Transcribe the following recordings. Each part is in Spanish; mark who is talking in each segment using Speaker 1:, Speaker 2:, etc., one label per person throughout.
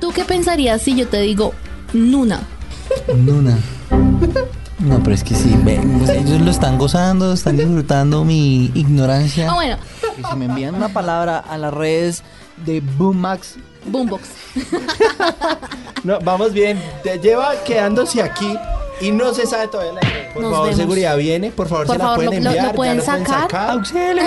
Speaker 1: ¿Tú qué pensarías si yo te digo Nuna?
Speaker 2: Nuna. No, pero es que sí, ve, ellos lo están gozando, están disfrutando mi ignorancia.
Speaker 1: Ah, bueno,
Speaker 2: Y si me envían una palabra a las redes de Boommax,
Speaker 1: Boombox.
Speaker 3: No, vamos bien. Te lleva quedándose aquí y no se sabe todavía la Por
Speaker 1: Nos
Speaker 3: favor,
Speaker 1: vemos.
Speaker 3: seguridad viene. pues, Por favor,
Speaker 1: Por
Speaker 3: se
Speaker 1: favor,
Speaker 3: la
Speaker 1: lo-
Speaker 3: pueden
Speaker 1: lo- lo
Speaker 3: enviar. ya
Speaker 1: pueden sacar.
Speaker 2: ¡auxilio!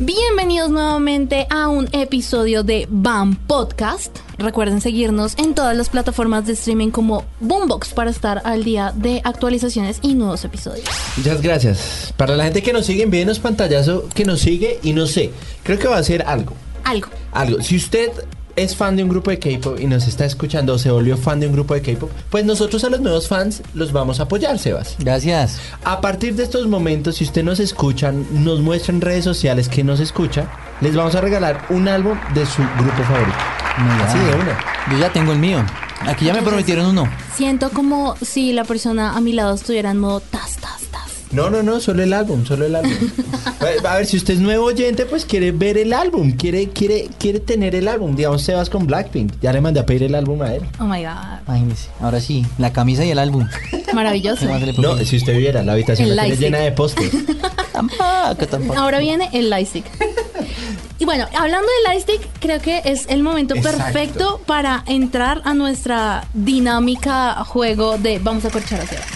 Speaker 1: Bienvenidos nuevamente a un episodio de BAM Podcast. Recuerden seguirnos en todas las plataformas de streaming como Boombox para estar al día de actualizaciones y nuevos episodios.
Speaker 3: Muchas gracias. Para la gente que nos sigue, envíenos pantallazo que nos sigue y no sé. Creo que va a ser algo.
Speaker 1: Algo.
Speaker 3: algo. Si usted es fan de un grupo de K-pop y nos está escuchando o se volvió fan de un grupo de K-pop, pues nosotros a los nuevos fans los vamos a apoyar, Sebas.
Speaker 2: Gracias.
Speaker 3: A partir de estos momentos, si usted nos escucha, nos muestra en redes sociales que nos escucha, les vamos a regalar un álbum de su grupo favorito.
Speaker 2: Muy
Speaker 3: Así
Speaker 2: bien.
Speaker 3: de una.
Speaker 2: Yo ya tengo el mío. Aquí ya me prometieron uno.
Speaker 1: Siento como si la persona a mi lado estuviera en modo tas, tas, tas.
Speaker 3: No, no, no, solo el álbum, solo el álbum. Pues, A- A ver, si usted es nuevo oyente, pues quiere ver el álbum, quiere, quiere, quiere tener el álbum. Digamos, Sebas con Blackpink, ya le mandé a pedir el álbum a él.
Speaker 1: Oh my god.
Speaker 2: Imagínese. Ahora sí, la camisa y el álbum.
Speaker 1: Maravilloso.
Speaker 2: ¿Qué más le
Speaker 3: No,
Speaker 2: prometo?
Speaker 3: si usted viera, la habitación
Speaker 1: El
Speaker 3: la tiene
Speaker 1: lightstick.
Speaker 3: llena de postes.
Speaker 2: Tampoco, tampoco.
Speaker 1: Ahora viene el lightstick. Y bueno, hablando del lightstick, creo que es el momento
Speaker 3: Exacto.
Speaker 1: perfecto para entrar a nuestra dinámica juego de vamos a corchar a Sebas.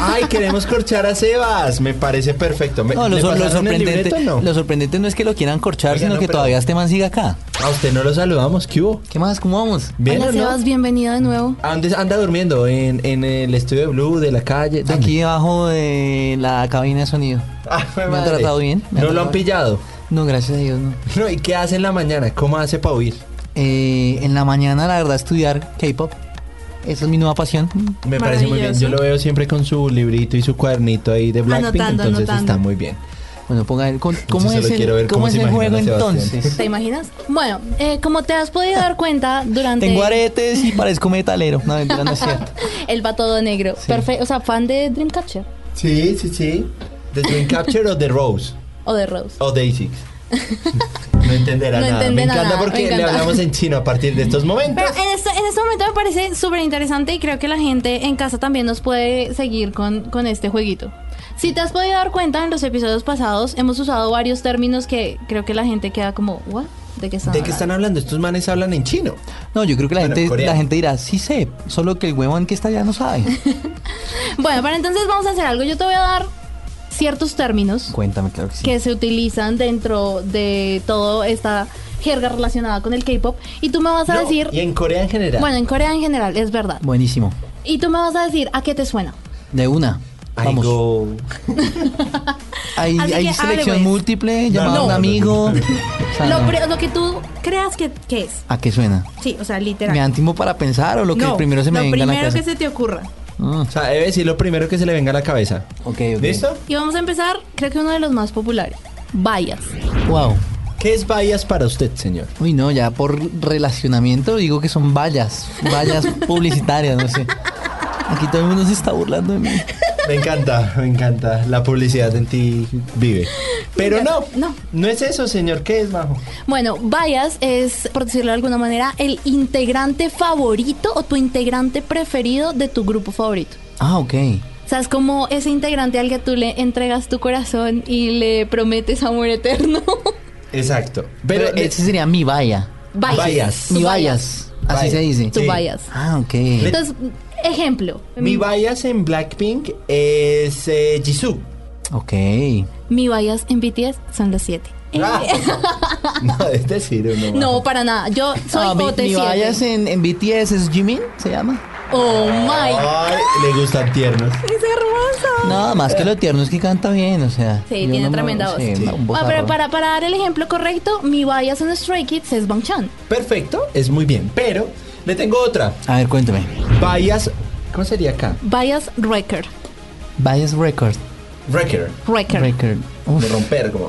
Speaker 3: Ay, queremos corchar a Sebas. Me parece perfecto. Me-
Speaker 2: No, lo,
Speaker 3: ¿le
Speaker 2: sor- lo
Speaker 3: pasaron el
Speaker 2: sorprendente,
Speaker 3: libreto? no?
Speaker 2: lo sorprendente no es que lo quieran corchar,
Speaker 3: Oiga,
Speaker 2: sino
Speaker 3: no,
Speaker 2: que
Speaker 3: pero-
Speaker 2: todavía este man sigue acá.
Speaker 3: A usted no lo saludamos. ¿Qué hubo?
Speaker 2: ¿Qué más? ¿Cómo vamos?
Speaker 3: ¿Bien
Speaker 1: Hola
Speaker 3: o no?
Speaker 1: Sebas, bienvenido de nuevo.
Speaker 3: Ande- anda durmiendo en, en el estudio de Blue, de la calle. ¿Dónde?
Speaker 2: Aquí debajo de la cabina de sonido.
Speaker 3: Ah, fue
Speaker 2: ¿Me han
Speaker 3: madre.
Speaker 2: tratado bien? ¿Me han
Speaker 3: ¿No lo
Speaker 2: tratado
Speaker 3: han
Speaker 2: bien?
Speaker 3: pillado?
Speaker 2: No, gracias a Dios, no.
Speaker 3: No, ¿y qué hace en la mañana? ¿Cómo hace para huir?
Speaker 2: Eh, en la mañana, la verdad, estudiar K-pop. Esa es mi nueva pasión.
Speaker 3: Me parece muy bien. Yo
Speaker 1: Maravilloso.
Speaker 3: lo veo siempre con su librito y su cuadernito ahí de Blackpink,
Speaker 1: Anotando,
Speaker 3: entonces
Speaker 1: anotando.
Speaker 3: está muy bien.
Speaker 2: Bueno, ponga el- con- ¿Cómo
Speaker 3: solo
Speaker 2: es el,
Speaker 3: quiero ver
Speaker 2: cómo
Speaker 3: cómo
Speaker 2: es
Speaker 3: se
Speaker 2: el
Speaker 3: imaginan
Speaker 2: juego
Speaker 3: a Sebastián.
Speaker 2: entonces?
Speaker 1: ¿Te imaginas? Bueno, eh, como te has podido dar cuenta durante
Speaker 2: Tengo aretes y parezco metalero. No, mentira, no es cierto.
Speaker 1: el va todo negro. Perfecto, o sea, fan de Dreamcatcher
Speaker 3: Sí, sí, sí. ¿De Dreamcatcher o de Rose?
Speaker 1: o de Rose.
Speaker 3: O Daisy. No entenderá
Speaker 1: No
Speaker 3: nada.
Speaker 1: entenderá
Speaker 3: me encanta
Speaker 1: nada,
Speaker 3: porque
Speaker 1: me encanta.
Speaker 3: le hablamos en chino a partir de estos momentos.
Speaker 1: Pero en este, en este momento me parece súper interesante y creo que la gente en casa también nos puede seguir con, con este jueguito. Si te has podido dar cuenta, en los episodios pasados hemos usado varios términos que creo que la gente queda como, ¿what? ¿De qué están
Speaker 3: ¿De qué están
Speaker 1: hablando?".
Speaker 3: hablando? Estos manes hablan en chino.
Speaker 2: No, yo creo que la,
Speaker 3: Bueno,
Speaker 2: gente,
Speaker 3: coreano.
Speaker 2: la gente dirá, sí sé, solo que el huevón que está allá no sabe.
Speaker 1: Bueno, pero entonces vamos a hacer algo. Yo te voy a dar ciertos términos
Speaker 2: Cuéntame, claro que sí.
Speaker 1: que se utilizan dentro de toda esta jerga relacionada con el K-pop y tú me vas a
Speaker 3: No,
Speaker 1: decir,
Speaker 3: Y en Corea en general.
Speaker 1: bueno, en Corea en general, es verdad.
Speaker 2: Buenísimo.
Speaker 1: Y tú me vas a decir a qué te suena.
Speaker 2: De una.
Speaker 3: I
Speaker 2: Vamos.
Speaker 3: go-
Speaker 2: Hay,
Speaker 1: Así
Speaker 2: hay
Speaker 1: que
Speaker 2: selección
Speaker 1: hable, pues.
Speaker 2: múltiple, llamada
Speaker 3: no,
Speaker 2: a un
Speaker 3: no,
Speaker 2: amigo.
Speaker 3: no, no,
Speaker 2: O sea,
Speaker 1: lo,
Speaker 2: no.
Speaker 1: pri- lo que tú creas que, que es.
Speaker 2: ¿A qué suena?
Speaker 1: Sí, o sea, literal.
Speaker 2: ¿Me dan tiempo para pensar o lo que
Speaker 1: No,
Speaker 2: primero se me
Speaker 1: lo
Speaker 2: venga a la
Speaker 1: primero
Speaker 2: cabeza?
Speaker 1: que se te ocurra.
Speaker 2: Mm,
Speaker 3: O sea, debe decir lo primero que se le venga a la cabeza.
Speaker 2: ok, ok.
Speaker 3: ¿Listo?
Speaker 1: Y vamos a empezar, creo que uno de los más populares. Vallas.
Speaker 2: Wow.
Speaker 3: ¿Qué es bias para usted, señor?
Speaker 2: Uy, no, ya por relacionamiento digo que son vallas, vallas publicitarias, no sé. Aquí todo el mundo se está burlando de mí.
Speaker 3: Me encanta, me encanta. La publicidad en ti vive. Pero no,
Speaker 1: No.
Speaker 3: no es eso, señor. ¿Qué es, Majo?
Speaker 1: Bueno, bias es, por decirlo de alguna manera, el integrante favorito o tu integrante preferido de tu grupo favorito.
Speaker 2: Ah, ok.
Speaker 1: O sea, es como ese integrante al que tú le entregas tu corazón y le prometes amor eterno.
Speaker 3: Exacto.
Speaker 2: Pero,
Speaker 3: Pero, es-
Speaker 2: ese sería mi valla.
Speaker 1: Bias.
Speaker 3: Bias.
Speaker 1: Tu
Speaker 2: Mi
Speaker 1: bias.
Speaker 2: vallas. Así
Speaker 3: Vaya.
Speaker 2: se dice.
Speaker 1: Tu
Speaker 3: Sí.
Speaker 1: bias.
Speaker 2: Ah, ok.
Speaker 1: Entonces, ejemplo.
Speaker 3: mi bias en Blackpink es eh, Jisoo.
Speaker 2: Ok.
Speaker 1: Mi bias en BTS son los siete.
Speaker 3: Ah. no, es decir, uno.
Speaker 1: Eh. No,
Speaker 3: Majo.
Speaker 1: para nada. Yo soy
Speaker 2: Ah, mi,
Speaker 1: bote
Speaker 2: mi
Speaker 1: siete.
Speaker 2: vallas en, en BTS es Jimin, ¿se llama?
Speaker 1: Oh my.
Speaker 3: Ay, le gustan tiernos.
Speaker 1: Es hermoso.
Speaker 2: No, más que lo tierno es que canta bien, o sea.
Speaker 1: Sí,
Speaker 2: yo
Speaker 1: tiene
Speaker 2: no me-
Speaker 1: tremenda voz.
Speaker 2: sí, una
Speaker 1: Ah, pero
Speaker 2: vozarrón.
Speaker 1: para, para dar el ejemplo correcto, mi bias en Stray Kids es Bang Chan.
Speaker 3: Perfecto, es muy bien. Pero le tengo otra.
Speaker 2: A ver, cuéntame.
Speaker 3: Bias. ¿Cómo sería acá?
Speaker 1: Bias Record.
Speaker 2: Bias Record.
Speaker 3: Wrecker.
Speaker 1: Record.
Speaker 2: Record. Uf,
Speaker 3: De romper, como.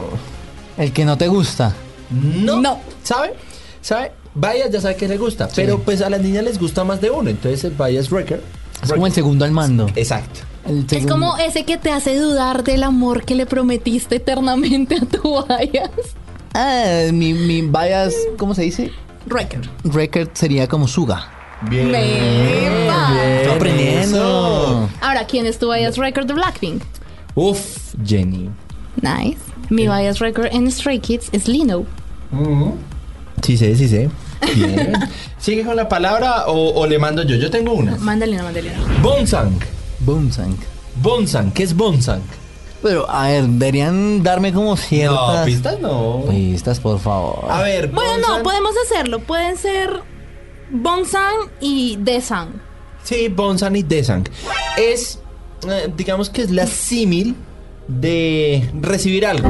Speaker 2: el que no te gusta.
Speaker 3: No.
Speaker 1: No.
Speaker 3: ¿Sabe? ¿Sabe? Bias ya sabe que le gusta, pero pues a las niñas les gusta más de uno, entonces el Bias Wrecker.
Speaker 2: Es como el segundo al mando.
Speaker 3: Exacto.
Speaker 2: El
Speaker 1: Es
Speaker 2: segundo-
Speaker 1: como ese que te hace dudar del amor que le prometiste eternamente a tu bias.
Speaker 2: Ah, mi, mi bias, ¿cómo se dice?
Speaker 1: Wrecker.
Speaker 2: Record sería como Suga.
Speaker 3: Bien.
Speaker 1: Epa.
Speaker 2: Estoy aprendiendo.
Speaker 1: Ahora, ¿quién es tu bias record de Blackpink?
Speaker 3: Uf, Jenny.
Speaker 1: Nice. Mi bias record en Stray Kids es Lino.
Speaker 3: Sí sé, sí sé. Bien. ¿Sigue con la palabra o, o le mando yo? Yo tengo una.
Speaker 1: Mándale una, mándale una.
Speaker 3: Bonsang.
Speaker 2: Boomsank.
Speaker 3: Bonsang. ¿Qué es Bonsang?
Speaker 2: Pero, a ver, deberían darme como ciertas...
Speaker 3: No, Ah. pistas no.
Speaker 2: Pistas, por favor.
Speaker 3: A ver,
Speaker 1: Bueno, no, pues
Speaker 3: Bonsang-
Speaker 1: podemos hacerlo. Pueden ser Bonsang y Desang.
Speaker 3: Sí, Bonsan y Desang. Es, eh, digamos que es la símil de recibir algo.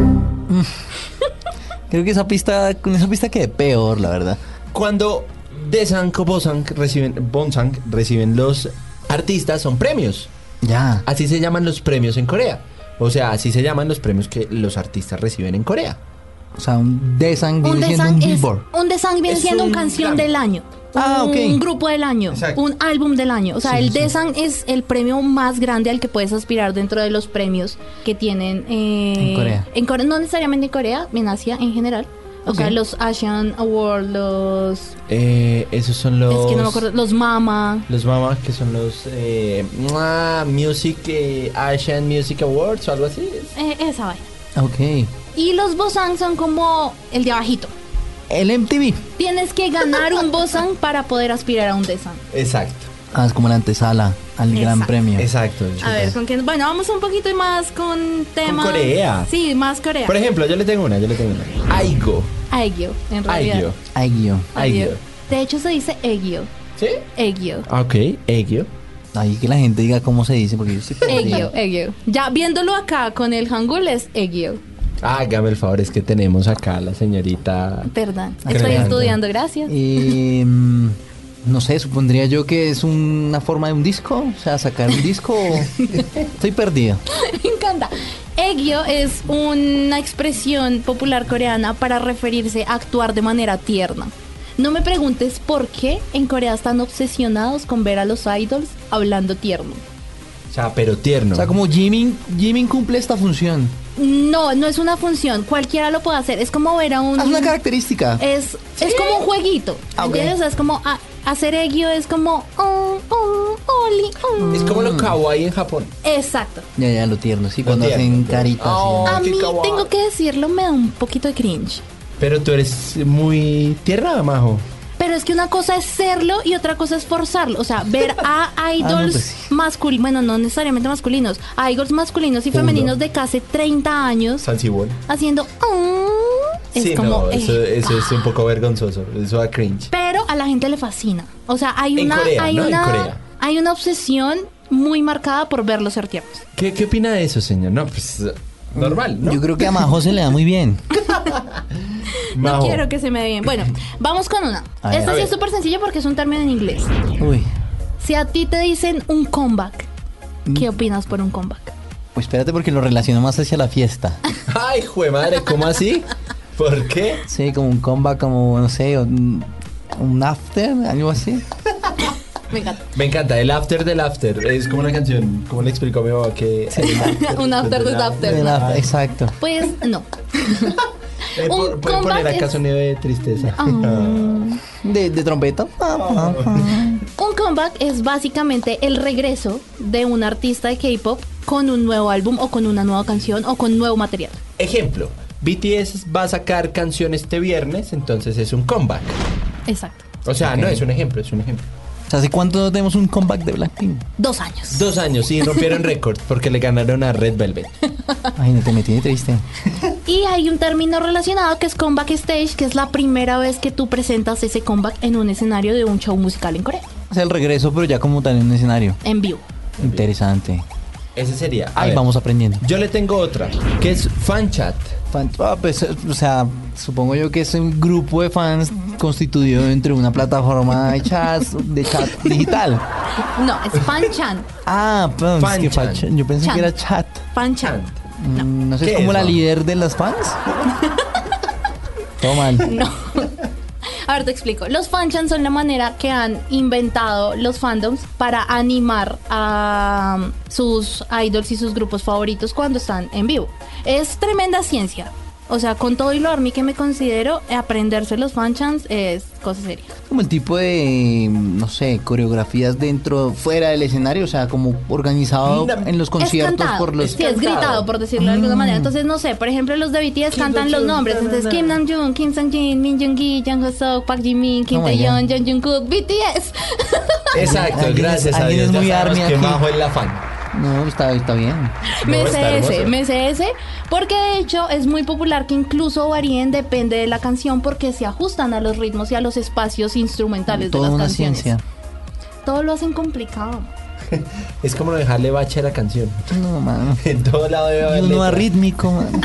Speaker 2: Creo que esa pista, con esa pista quedé peor, la verdad.
Speaker 3: Cuando Desang o Bonsang reciben, Bonsang reciben los artistas, son premios.
Speaker 2: Ya.
Speaker 3: Así se llaman los premios en Corea. O sea, así se llaman los premios que los artistas reciben en Corea.
Speaker 2: O sea, un desang
Speaker 1: Un
Speaker 2: viene siendo
Speaker 1: Desang
Speaker 2: un
Speaker 1: es.
Speaker 2: billboard.
Speaker 1: Un Desang viene
Speaker 3: Es
Speaker 1: siendo
Speaker 3: un
Speaker 1: una canción
Speaker 3: Grammy.
Speaker 1: del año.
Speaker 2: Ah,
Speaker 1: un
Speaker 2: ok.
Speaker 1: grupo del año,
Speaker 3: Exacto.
Speaker 1: un álbum del año. O sea,
Speaker 2: Sí,
Speaker 1: el
Speaker 2: sí.
Speaker 1: Desang es el premio más grande al que puedes aspirar dentro de los premios que tienen eh,
Speaker 2: En Corea.
Speaker 1: en Corea- no necesariamente en Corea, en Asia en general. O
Speaker 2: Ok.
Speaker 1: sea, los Asian Awards, los
Speaker 3: Eh, esos son los.
Speaker 1: es que no me acuerdo, los Mama.
Speaker 3: Los mamás que son los eh, mua, Music eh, Asian Music Awards o algo así.
Speaker 1: eh, esa vaina.
Speaker 2: Ok.
Speaker 1: Y los Bosang son como el de abajito.
Speaker 2: El MTV.
Speaker 1: Tienes que ganar un Bosang para poder aspirar a un Desang.
Speaker 3: Exacto,
Speaker 2: Ah, es como la antesala al gran
Speaker 1: Exacto.
Speaker 2: premio.
Speaker 3: exacto.
Speaker 1: A ver, con quién. Bueno, vamos un poquito más con temas.
Speaker 3: Corea.
Speaker 1: Sí, más Corea.
Speaker 3: Por ejemplo, yo le tengo una, yo le tengo una. Aigo.
Speaker 1: Aegyo, en realidad.
Speaker 3: Aigyo.
Speaker 2: Aigyo.
Speaker 1: Aegyo.
Speaker 3: Aegyo.
Speaker 1: De hecho, se dice Aegyo.
Speaker 3: ¿Sí?
Speaker 1: Aegyo.
Speaker 3: Ok, Aigyo.
Speaker 2: Ahí que la gente diga cómo se dice, porque yo estoy perdido.
Speaker 1: Aegyo, Aegyo. Ya viéndolo acá con el hangul es Aegyo.
Speaker 3: Hágame el favor, es que tenemos acá a la señorita.
Speaker 1: Perdón.
Speaker 2: Ah,
Speaker 1: Estoy
Speaker 2: claro.
Speaker 1: estudiando, gracias.
Speaker 2: Eh, mm, no sé, supondría yo que es una forma de un disco. O sea, sacar un disco. estoy perdido.
Speaker 1: Me encanta. Aegyo es una expresión popular coreana para referirse a actuar de manera tierna. No me preguntes por qué en Corea están obsesionados con ver a los idols hablando tierno.
Speaker 3: O sea, pero tierno.
Speaker 2: O sea, como Jimin, Jimin cumple esta función.
Speaker 1: No, no es una función. Cualquiera lo puede hacer. Es como ver a un.
Speaker 2: Ah, Es una característica.
Speaker 1: Es, es como un jueguito.
Speaker 2: Ah, ok.
Speaker 1: ¿entiendes? O sea, es como a- hacer egyo, es como. oh, oh, oli, oh.
Speaker 3: Es como lo kawaii en Japón.
Speaker 1: Exacto.
Speaker 2: Ya, ya, lo tierno, sí,
Speaker 3: Lo
Speaker 2: cuando
Speaker 3: tierno,
Speaker 2: hacen
Speaker 3: pero-
Speaker 2: caritas. y-
Speaker 3: Oh.
Speaker 1: A
Speaker 3: qué
Speaker 1: mí,
Speaker 3: kawaii.
Speaker 1: tengo que decirlo, me da un poquito de cringe.
Speaker 3: Pero tú eres muy tierna, Majo.
Speaker 1: Pero es que una cosa es serlo y otra cosa es forzarlo. O sea, ver a idols
Speaker 2: Ah, no, pues sí.
Speaker 1: masculinos, bueno, no necesariamente masculinos, a idols masculinos y femeninos de casi 30 años
Speaker 3: Sansibón.
Speaker 1: haciendo. oh, es
Speaker 3: Sí,
Speaker 1: como.
Speaker 3: no, eso,
Speaker 1: eh,
Speaker 3: eso es un poco vergonzoso. Eso da cringe.
Speaker 1: pero a la gente le fascina. O sea, hay
Speaker 3: En
Speaker 1: una,
Speaker 3: Corea,
Speaker 1: hay
Speaker 3: ¿no? En Corea.
Speaker 1: una, hay una obsesión muy marcada por verlos ser tiernos.
Speaker 3: ¿Qué, qué opina de eso, señor? No, pues normal, ¿no?
Speaker 2: Yo creo que a Majo se le da muy bien.
Speaker 1: No
Speaker 3: Majo.
Speaker 1: quiero que se me dé bien. Bueno, vamos con una.
Speaker 2: A ver.
Speaker 1: Esta
Speaker 3: A
Speaker 1: sí
Speaker 3: ver.
Speaker 1: es súper sencilla porque es un término en inglés.
Speaker 2: Uy,
Speaker 1: Si a ti te dicen un comeback,
Speaker 3: Mm.
Speaker 1: ¿qué opinas por un comeback?
Speaker 2: pues espérate porque lo relaciono más hacia la fiesta.
Speaker 3: Ay, jue madre, ¿cómo así? ¿Por qué?
Speaker 2: Sí, como un comeback, como, no sé, un, un after, algo así.
Speaker 1: Me encanta.
Speaker 3: Me encanta, el after del after. Es como una canción, como le explicó mi mamá que.
Speaker 1: Un after del after.
Speaker 2: Del after, exacto.
Speaker 1: Pues no.
Speaker 3: Eh,
Speaker 1: Un
Speaker 3: por- ¿Pueden
Speaker 1: comeback
Speaker 3: poner acá
Speaker 1: es-
Speaker 3: sonido de tristeza?
Speaker 1: Ah.
Speaker 2: De, de trompeta. Ah,
Speaker 1: Un comeback es básicamente el regreso de un artista de K-pop con un nuevo álbum o con una nueva canción o con nuevo material.
Speaker 3: Ejemplo, BTS va a sacar canción este viernes, entonces es un comeback.
Speaker 1: Exacto.
Speaker 3: O sea, no
Speaker 2: Ok.
Speaker 3: es un ejemplo, es un ejemplo.
Speaker 2: O sea, ¿hace cuánto no tenemos un comeback de Blackpink?
Speaker 1: Dos años.
Speaker 3: Dos años y rompieron récord porque le ganaron a Red Velvet.
Speaker 2: Ay, no te metí de triste.
Speaker 1: Y hay un término relacionado que es comeback stage, que es la primera vez que tú presentas ese comeback en un escenario de un show musical en Corea,
Speaker 2: O sea, el regreso, pero ya como tal en un escenario.
Speaker 1: en vivo.
Speaker 2: Interesante.
Speaker 3: Ese sería. A
Speaker 2: Ahí
Speaker 3: ver,
Speaker 2: vamos aprendiendo.
Speaker 3: Yo le tengo otra, que es fan chat.
Speaker 2: Fan- ah, pues, eh, o sea, supongo yo que es un grupo de fans constituido entre una plataforma de chat, de chat digital.
Speaker 1: No, es fan-chan.
Speaker 2: Ah, pues,
Speaker 3: Fan
Speaker 2: que
Speaker 3: chat.
Speaker 2: fan- yo pensé
Speaker 1: Chat.
Speaker 2: que era chat.
Speaker 1: Fan-chan.
Speaker 2: Mm, No, sé,
Speaker 3: ¿Qué
Speaker 2: es como
Speaker 3: es,
Speaker 2: la
Speaker 3: Majo?
Speaker 2: líder de las fans. Todo mal.
Speaker 1: No. A ver, te explico. Los fanchans son la manera que han inventado los fandoms para animar a um, sus idols y sus grupos favoritos cuando están en vivo. Es tremenda ciencia. O sea, con todo y lo army que me considero, aprenderse los fanchans es cosa seria.
Speaker 2: Como el tipo de, no sé, coreografías dentro, fuera del escenario, o sea, como organizado
Speaker 3: Mira,
Speaker 2: en los conciertos
Speaker 1: es cantado,
Speaker 2: por los... Mm.
Speaker 1: sí, es gritado, por decirlo de alguna manera. Entonces, no sé, por ejemplo, los de BTS
Speaker 3: Kim
Speaker 1: cantan los
Speaker 3: Do-jun,
Speaker 1: nombres.
Speaker 3: na, na,
Speaker 1: Entonces,
Speaker 3: na.
Speaker 1: Kim Nam-joon, Kim Sang-jin, Min Jong-gi, Jang Ho-seok, Park Ji-min, Kim
Speaker 2: Oh my
Speaker 1: Tae-yeon, Jung Jung-kook, BTS.
Speaker 3: Exacto,
Speaker 2: Alguien-
Speaker 3: gracias a
Speaker 2: alguien
Speaker 3: Dios.
Speaker 2: es
Speaker 3: ya
Speaker 2: muy
Speaker 3: sabemos
Speaker 2: army
Speaker 3: que
Speaker 2: aquí.
Speaker 3: bajo el afán.
Speaker 2: No, está, está bien.
Speaker 3: No,
Speaker 1: Me
Speaker 3: está
Speaker 1: CS,
Speaker 3: hermoso.
Speaker 1: me CS, porque de hecho es muy popular que incluso varíen, depende de la canción, porque se ajustan a los ritmos y a los espacios instrumentales de
Speaker 2: Toda
Speaker 1: las
Speaker 2: una
Speaker 1: canciones.
Speaker 2: ciencia.
Speaker 1: Todo lo hacen complicado.
Speaker 3: Es como dejarle bache a la canción.
Speaker 2: No, mano.
Speaker 3: En todo lado debe
Speaker 2: Y
Speaker 3: haber
Speaker 2: uno
Speaker 3: letra.
Speaker 2: arrítmico, mano.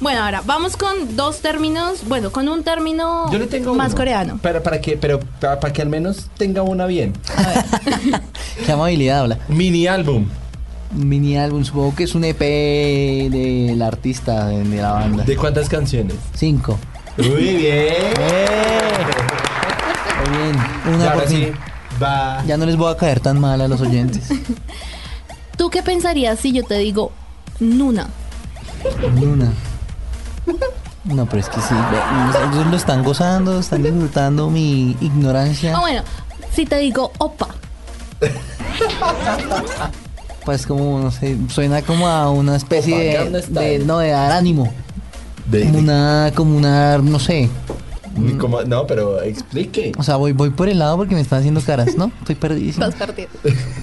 Speaker 1: Bueno, ahora vamos con dos términos, bueno, con un término
Speaker 3: Yo le tengo
Speaker 1: más
Speaker 3: uno,
Speaker 1: coreano.
Speaker 3: Para, para que, pero para, para que al menos tenga una bien.
Speaker 2: Qué amabilidad habla.
Speaker 3: Mini álbum.
Speaker 2: Mini álbum, supongo que es un EP del artista, de, de la banda.
Speaker 3: ¿De cuántas canciones?
Speaker 2: Cinco.
Speaker 3: Muy bien.
Speaker 2: Muy bien,
Speaker 3: Y
Speaker 2: Eh. una
Speaker 3: ahora
Speaker 2: por
Speaker 3: sí,
Speaker 2: fin.
Speaker 3: va.
Speaker 2: Ya no les voy a caer tan mal a los oyentes.
Speaker 1: ¿Tú qué pensarías si yo te digo Nuna?
Speaker 2: Luna. No, pero es que sí, ve, ellos lo están gozando, están disfrutando mi ignorancia.
Speaker 1: Ah, bueno, si te digo Opa.
Speaker 2: Pues como, no sé, suena como a una especie
Speaker 3: Propaganda
Speaker 2: de,
Speaker 3: style.
Speaker 2: de- no, de dar ánimo.
Speaker 3: De-
Speaker 2: Como
Speaker 3: de-
Speaker 2: una, como una, no sé.
Speaker 3: ni como- no, pero explique.
Speaker 2: O sea, voy, voy por el lado porque me están haciendo caras, ¿no? Estoy perdidísimo.
Speaker 1: Estás perdido.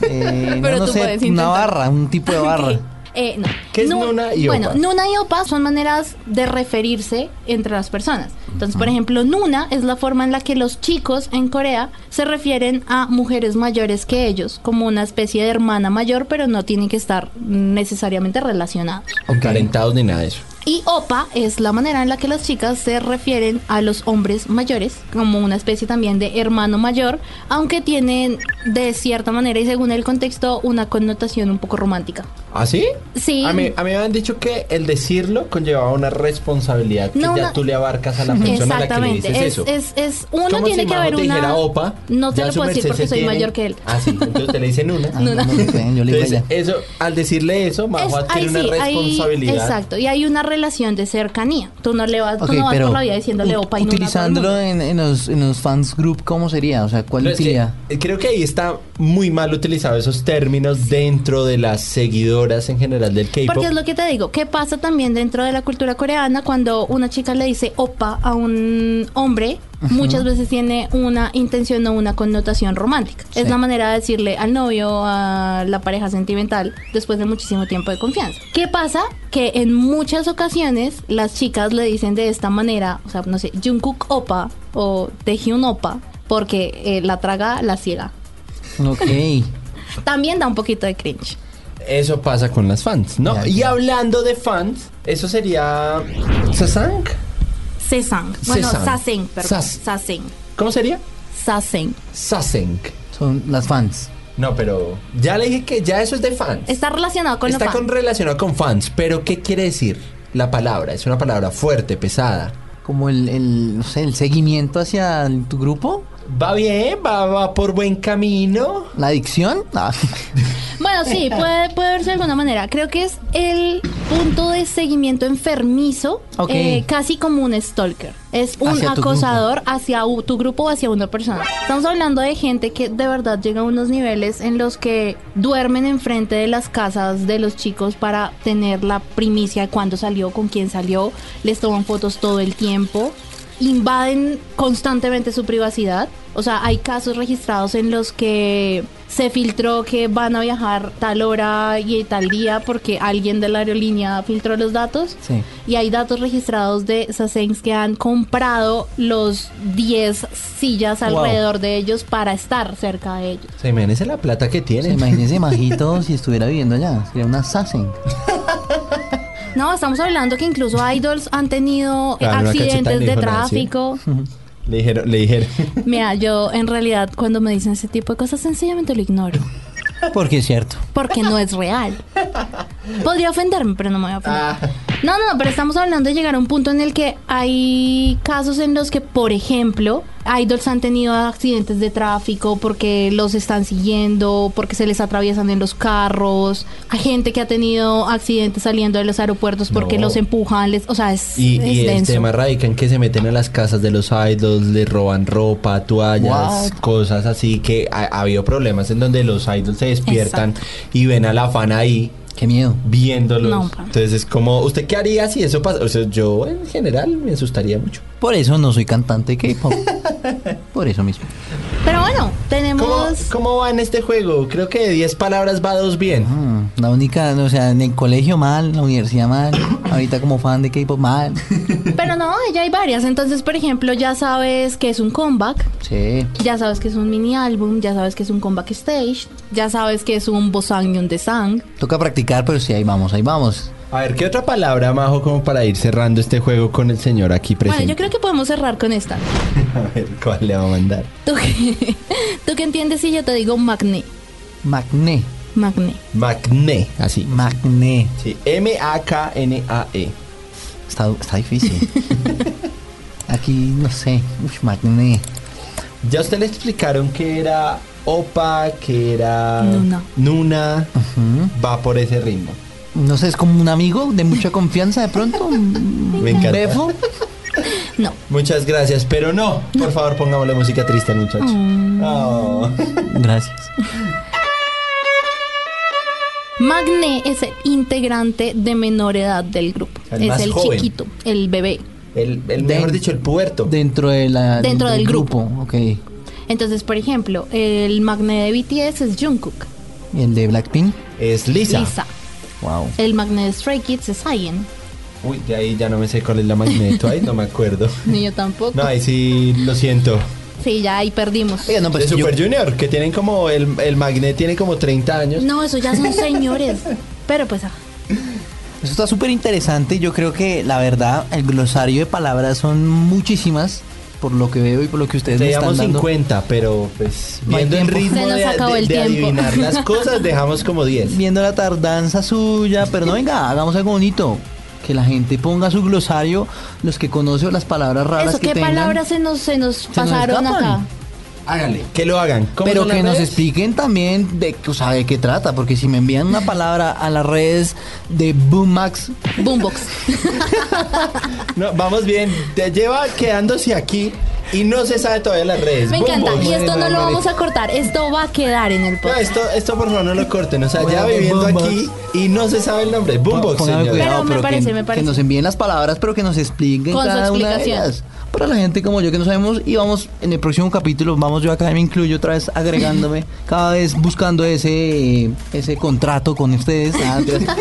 Speaker 2: Eh,
Speaker 1: Pero
Speaker 2: no, no
Speaker 1: tú
Speaker 2: sé,
Speaker 1: puedes
Speaker 2: una
Speaker 1: intentar.
Speaker 2: barra, un tipo de barra.
Speaker 1: Eh, no.
Speaker 3: ¿Qué es
Speaker 1: Nu-
Speaker 3: nuna y
Speaker 1: Bueno,
Speaker 3: opa?
Speaker 1: nuna y opa son maneras de referirse entre las personas. Entonces, por ejemplo, nuna es la forma en la que los chicos en Corea se refieren a mujeres mayores que ellos, como una especie de hermana mayor, pero no tienen que estar necesariamente relacionados.
Speaker 3: O calentados ni nada de eso.
Speaker 1: Y opa es la manera en la que las chicas se refieren a los hombres mayores, como una especie también de hermano mayor, aunque tienen de cierta manera y según el contexto una connotación un poco romántica.
Speaker 3: ¿Ah, sí?
Speaker 1: Sí.
Speaker 3: A mí, a mí me han dicho que el decirlo conllevaba una responsabilidad que
Speaker 1: No,
Speaker 3: ya
Speaker 1: una-
Speaker 3: tú le abarcas a la persona a la que le
Speaker 1: Exactamente.
Speaker 3: dices
Speaker 1: es,
Speaker 3: eso.
Speaker 1: es, es, uno
Speaker 3: Como
Speaker 1: tiene
Speaker 3: si
Speaker 1: que
Speaker 3: Majo
Speaker 1: haber
Speaker 3: te
Speaker 1: una.
Speaker 3: dijera opa.
Speaker 1: no te
Speaker 3: ya
Speaker 1: lo
Speaker 3: su
Speaker 1: puedo decir
Speaker 3: merced
Speaker 1: porque
Speaker 3: se
Speaker 1: soy
Speaker 3: tiene-
Speaker 1: mayor que él.
Speaker 3: Ah, sí. Entonces te le dicen una.
Speaker 2: Ah, no, no me creen, yo le digo
Speaker 3: Entonces,
Speaker 2: ya.
Speaker 1: Eh,
Speaker 3: eso, al decirle eso, Majo
Speaker 1: Es-
Speaker 3: adquiere una
Speaker 1: hay-
Speaker 3: responsabilidad.
Speaker 1: exacto, y hay una relación de cercanía. Tú no le vas, tú
Speaker 2: Ok,
Speaker 1: no vas
Speaker 2: pero
Speaker 1: por la vida diciéndole
Speaker 2: u-
Speaker 1: opa y no
Speaker 2: utilizándolo en, en los, en los fans group, ¿cómo sería? O sea, ¿cuál
Speaker 3: Pero es que,
Speaker 2: utilidad?
Speaker 3: eh, creo que ahí está muy mal utilizado esos términos dentro de las seguidoras en general del K-pop.
Speaker 1: Porque es lo que te digo, ¿qué pasa también dentro de la cultura coreana cuando una chica le dice opa a un hombre? Muchas veces tiene una intención o una connotación romántica. Es
Speaker 2: Sí.
Speaker 1: la manera de decirle al novio, a la pareja sentimental, después de muchísimo tiempo de confianza. ¿Qué pasa? Que en muchas ocasiones las chicas le dicen de esta manera, o sea, no sé, Jungkook opa o Taehyun opa, porque eh, la traga la ciega.
Speaker 2: Ok.
Speaker 1: También da un poquito de cringe.
Speaker 3: Eso pasa con las fans, ¿no?
Speaker 2: Ya,
Speaker 3: Y
Speaker 2: ya.
Speaker 3: hablando de fans, eso sería. ¿Sasang?
Speaker 1: Sesang. Bueno,
Speaker 3: Sesang.
Speaker 1: Saseng, perdón.
Speaker 3: Sas.
Speaker 1: Saseng.
Speaker 3: ¿Cómo sería?
Speaker 1: Sasen.
Speaker 3: Saseng.
Speaker 2: Son las fans.
Speaker 3: No, pero ya le dije que ya eso es de fans.
Speaker 1: Está relacionado con
Speaker 3: Está
Speaker 1: lo fan.
Speaker 3: con, relacionado con fans, pero ¿qué quiere decir la palabra? Es una palabra fuerte, pesada.
Speaker 2: Como el, el, no sé, el seguimiento hacia el- tu grupo.
Speaker 3: Va bien, va, va por buen camino.
Speaker 2: La adicción. Ah,
Speaker 1: Bueno, sí, puede, puede verse de alguna manera. Creo que es el punto de seguimiento enfermizo,
Speaker 2: Ok.
Speaker 1: eh, casi como un stalker. Es un
Speaker 2: Hacia tu
Speaker 1: acosador hacia u- tu grupo o hacia una persona. Estamos hablando de gente que de verdad llega a unos niveles en los que duermen enfrente de las casas de los chicos para tener la primicia de cuándo salió, con quién salió, les toman fotos todo el tiempo. invaden constantemente su privacidad. O sea, hay casos registrados en los que se filtró que van a viajar tal hora y tal día porque alguien de la aerolínea filtró los datos.
Speaker 2: Sí.
Speaker 1: Y hay datos registrados de Sasengs que han comprado los 10 sillas
Speaker 2: Wow.
Speaker 1: alrededor de ellos para estar cerca de ellos.
Speaker 3: O sea, imagínense la plata que
Speaker 2: o sea,
Speaker 3: tienen.
Speaker 2: imagínese Majito si estuviera viviendo allá. Sería una Sassen.
Speaker 1: No, estamos hablando que incluso idols han tenido
Speaker 3: Claro, una cachetada
Speaker 1: accidentes
Speaker 3: le
Speaker 1: de
Speaker 3: dijo Nancy.
Speaker 1: tráfico.
Speaker 3: Le dijeron, le dijeron.
Speaker 1: Mira, yo en realidad cuando me dicen ese tipo de cosas sencillamente lo ignoro.
Speaker 2: Porque es cierto.
Speaker 1: porque no es real. Podría ofenderme, pero no me voy a ofender. No, no, pero estamos hablando de llegar a un punto en el que hay casos en los que, por ejemplo, idols han tenido accidentes de tráfico porque los están siguiendo, porque se les atraviesan en los carros. Hay gente que ha tenido accidentes saliendo de los aeropuertos porque
Speaker 3: No.
Speaker 1: los empujan. les- o sea, es,
Speaker 3: Y,
Speaker 1: es
Speaker 3: y el
Speaker 1: denso.
Speaker 3: tema radica en que se meten a las casas de los idols, le roban ropa, toallas,
Speaker 2: What?
Speaker 3: cosas así que ha, ha habido problemas en donde los idols se despiertan y ven a la fan ahí
Speaker 2: Qué miedo.
Speaker 3: viéndolos.
Speaker 1: No, pa.
Speaker 3: Entonces es como, ¿usted qué haría si eso pasa? O sea, yo en general me asustaría mucho.
Speaker 2: Por eso no soy cantante de K-pop. Por eso mismo.
Speaker 1: Pero bueno, tenemos.
Speaker 3: ¿Cómo, ¿Cómo va en este juego? Creo que de 10 palabras va dos bien.
Speaker 2: Mm, La única, o sea, en el colegio mal, en la universidad mal, ahorita como fan de K-pop mal.
Speaker 1: Pero no, ya hay varias. Entonces, por ejemplo, ya sabes que es un comeback.
Speaker 2: Sí.
Speaker 1: Ya sabes que es un mini álbum, ya sabes que es un comeback stage, ya sabes que es un Bosang y un Desang.
Speaker 2: Toca practicar, pero sí, ahí vamos, ahí vamos.
Speaker 3: A ver, ¿qué otra palabra, Majo, como para ir cerrando este juego con el señor aquí
Speaker 1: Bueno,
Speaker 3: presente?
Speaker 1: yo creo que podemos cerrar con esta.
Speaker 3: A ver, ¿cuál le va a mandar?
Speaker 1: ¿Tú qué, ¿Tú qué entiendes si yo te digo magné?
Speaker 2: Magné.
Speaker 1: Magné.
Speaker 3: Macne, así.
Speaker 2: Magné.
Speaker 3: Sí, M-A-K-N-A-E.
Speaker 2: Está, está difícil. Aquí, no sé. Uy, magné.
Speaker 3: Ya a usted le explicaron que era Opa, que era
Speaker 1: Nuna.
Speaker 3: Nuna.
Speaker 2: Ujú.
Speaker 3: Va por ese ritmo.
Speaker 2: No sé, es como un amigo de mucha confianza de pronto. un-
Speaker 3: Me encanta.
Speaker 2: un befo.
Speaker 1: No.
Speaker 3: Muchas gracias, pero no. Por favor, pongamos la música triste al muchacho.
Speaker 1: Mm.
Speaker 3: Oh.
Speaker 2: Gracias.
Speaker 1: Magné es el integrante de menor edad del grupo.
Speaker 3: El
Speaker 1: es
Speaker 3: más
Speaker 1: el
Speaker 3: joven.
Speaker 1: chiquito, el bebé.
Speaker 3: El, el
Speaker 2: Den-
Speaker 3: mejor dicho, el puerto.
Speaker 2: Dentro de la
Speaker 1: Dentro del
Speaker 2: Ok. ¿Y
Speaker 1: Entonces, por ejemplo, el magné de BTS es Jungkook.
Speaker 2: el de Blackpink?
Speaker 3: Es Lisa.
Speaker 1: Lisa.
Speaker 2: Wow.
Speaker 1: El magné de Stray Kids es Zayn.
Speaker 3: Uy, de ahí ya no me sé cuál es la magneto. Ahí no me acuerdo.
Speaker 1: Ni yo tampoco.
Speaker 3: No, ahí sí lo siento.
Speaker 1: Sí, ya ahí perdimos.
Speaker 2: Oiga, no,
Speaker 3: De
Speaker 2: pues yo-
Speaker 3: Super Junior, que tienen como el, el magnet tiene como 30 años.
Speaker 1: No, eso ya son señores. Pero pues, ah,
Speaker 2: Eso está súper interesante. Yo creo que la verdad, el glosario de palabras son muchísimas, por lo que veo y por lo que ustedes me están
Speaker 3: Teníamos
Speaker 2: dando.
Speaker 3: 50, pero pues
Speaker 2: No hay
Speaker 3: viendo el
Speaker 2: tiempo.
Speaker 3: ritmo
Speaker 1: Se nos
Speaker 3: de,
Speaker 1: acabó
Speaker 3: de-
Speaker 1: el
Speaker 3: de
Speaker 1: tiempo.
Speaker 3: adivinar las cosas, dejamos como 10.
Speaker 2: Viendo la tardanza suya, pero no venga, hagamos algo bonito. Que la gente ponga su glosario, los que conoce o las palabras raras
Speaker 1: eso,
Speaker 2: que
Speaker 1: ¿qué
Speaker 2: tengan.
Speaker 1: palabras se nos, se nos
Speaker 2: nos
Speaker 1: pasaron
Speaker 2: escapan.
Speaker 1: acá?
Speaker 3: Háganle. Que lo hagan. ¿Cómo
Speaker 2: Pero
Speaker 3: son
Speaker 2: que
Speaker 3: las
Speaker 2: nos
Speaker 3: redes?
Speaker 2: expliquen también de, o sea, de qué trata, porque si me envían una palabra a las redes de Boom Max,
Speaker 1: Boombox.
Speaker 3: No, vamos bien. Te lleva quedándose aquí y no se sabe todavía las redes.
Speaker 1: Me
Speaker 3: Bum,
Speaker 1: encanta.
Speaker 3: bum,
Speaker 1: Y
Speaker 3: bum,
Speaker 1: esto
Speaker 3: bum,
Speaker 1: no lo
Speaker 3: bum.
Speaker 1: vamos a cortar. Esto va a quedar en el
Speaker 3: No,
Speaker 1: podcast.
Speaker 3: esto, esto por favor no lo corten. O sea, ya
Speaker 2: Bueno,
Speaker 3: viviendo
Speaker 2: Boombox.
Speaker 3: aquí y no se sabe el nombre. Boombox,
Speaker 2: Póngame
Speaker 3: señor.
Speaker 2: cuidado,
Speaker 1: Pero me
Speaker 2: que-
Speaker 1: parece,
Speaker 2: que,
Speaker 1: me parece.
Speaker 2: nos envíen las palabras, pero que nos expliquen
Speaker 1: Con su
Speaker 2: cada una de
Speaker 1: explicación.
Speaker 2: ellas. Para la gente como yo que no sabemos, y vamos en el próximo capítulo, vamos yo acá me incluyo otra vez agregándome, cada vez buscando ese ese contrato con ustedes. Ah, mentiras.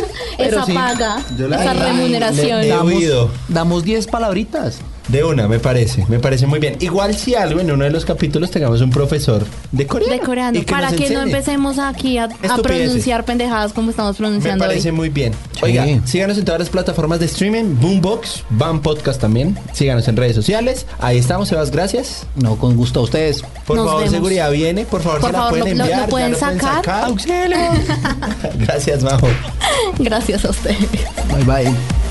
Speaker 2: Pero
Speaker 1: Esa
Speaker 2: sí,
Speaker 1: paga,
Speaker 3: Yo la-
Speaker 1: esa
Speaker 3: Ay,
Speaker 1: remuneración.
Speaker 3: le- le-
Speaker 2: Damos,
Speaker 3: oído.
Speaker 2: damos 10 palabritas.
Speaker 3: De una, me parece. Me parece muy bien. Igual si algo en uno de los capítulos tengamos un profesor de coreano.
Speaker 1: decorando.
Speaker 3: y
Speaker 1: para
Speaker 3: nos
Speaker 1: que no
Speaker 3: enseñe.
Speaker 1: empecemos aquí a, a
Speaker 3: Estupideces.
Speaker 1: pronunciar pendejadas como estamos
Speaker 3: Me
Speaker 1: pronunciando
Speaker 3: parece
Speaker 1: hoy.
Speaker 3: muy bien.
Speaker 2: Sí.
Speaker 3: Oiga, síganos en todas las plataformas de streaming, Boombox, Van Podcast también. Síganos en redes sociales. Ahí estamos, Sebas, gracias.
Speaker 2: No, con gusto a ustedes.
Speaker 3: Por
Speaker 1: Nos
Speaker 3: favor,
Speaker 1: vemos.
Speaker 3: seguridad viene. Por favor,
Speaker 1: Por
Speaker 3: se la
Speaker 1: favor,
Speaker 3: pueden
Speaker 1: lo- lo- lo
Speaker 3: enviar. ya
Speaker 1: pueden sacar.
Speaker 3: ¡Auxilio! gracias, Majo.
Speaker 1: Gracias a ustedes.
Speaker 2: Bye bye.